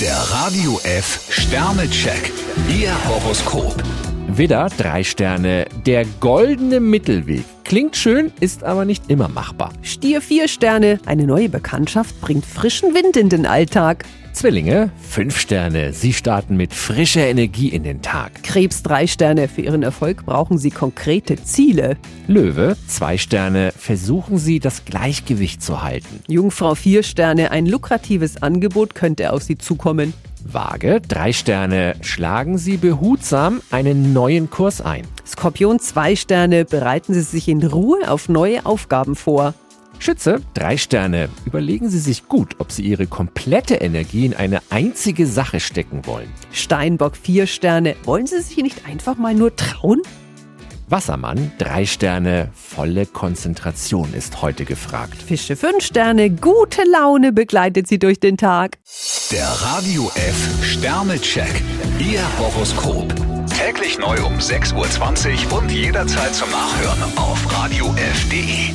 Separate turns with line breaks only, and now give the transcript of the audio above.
Der Radio F Sternecheck. Ihr Horoskop.
Widder, drei Sterne. Der goldene Mittelweg. Klingt schön, ist aber nicht immer machbar.
Stier vier Sterne. Eine neue Bekanntschaft bringt frischen Wind in den Alltag.
Zwillinge, fünf Sterne. Sie starten mit frischer Energie in den Tag.
Krebs drei Sterne. Für Ihren Erfolg brauchen Sie konkrete Ziele.
Löwe, zwei Sterne. Versuchen Sie, das Gleichgewicht zu halten.
Jungfrau vier Sterne. Ein lukratives Angebot könnte auf Sie zukommen.
Waage, drei Sterne. Schlagen Sie behutsam einen neuen Kurs ein.
Skorpion zwei Sterne. Bereiten Sie sich in Ruhe auf neue Aufgaben vor.
Schütze, drei Sterne. Überlegen Sie sich gut, ob Sie Ihre komplette Energie in eine einzige Sache stecken wollen.
Steinbock vier Sterne. Wollen Sie sich nicht einfach mal nur trauen?
Wassermann, drei Sterne. Volle Konzentration ist heute gefragt.
Fische fünf Sterne. Gute Laune begleitet Sie durch den Tag.
Der Radio F Sternecheck. Ihr Horoskop. Täglich neu um 6.20 Uhr und jederzeit zum Nachhören auf Radio E. radiof.de.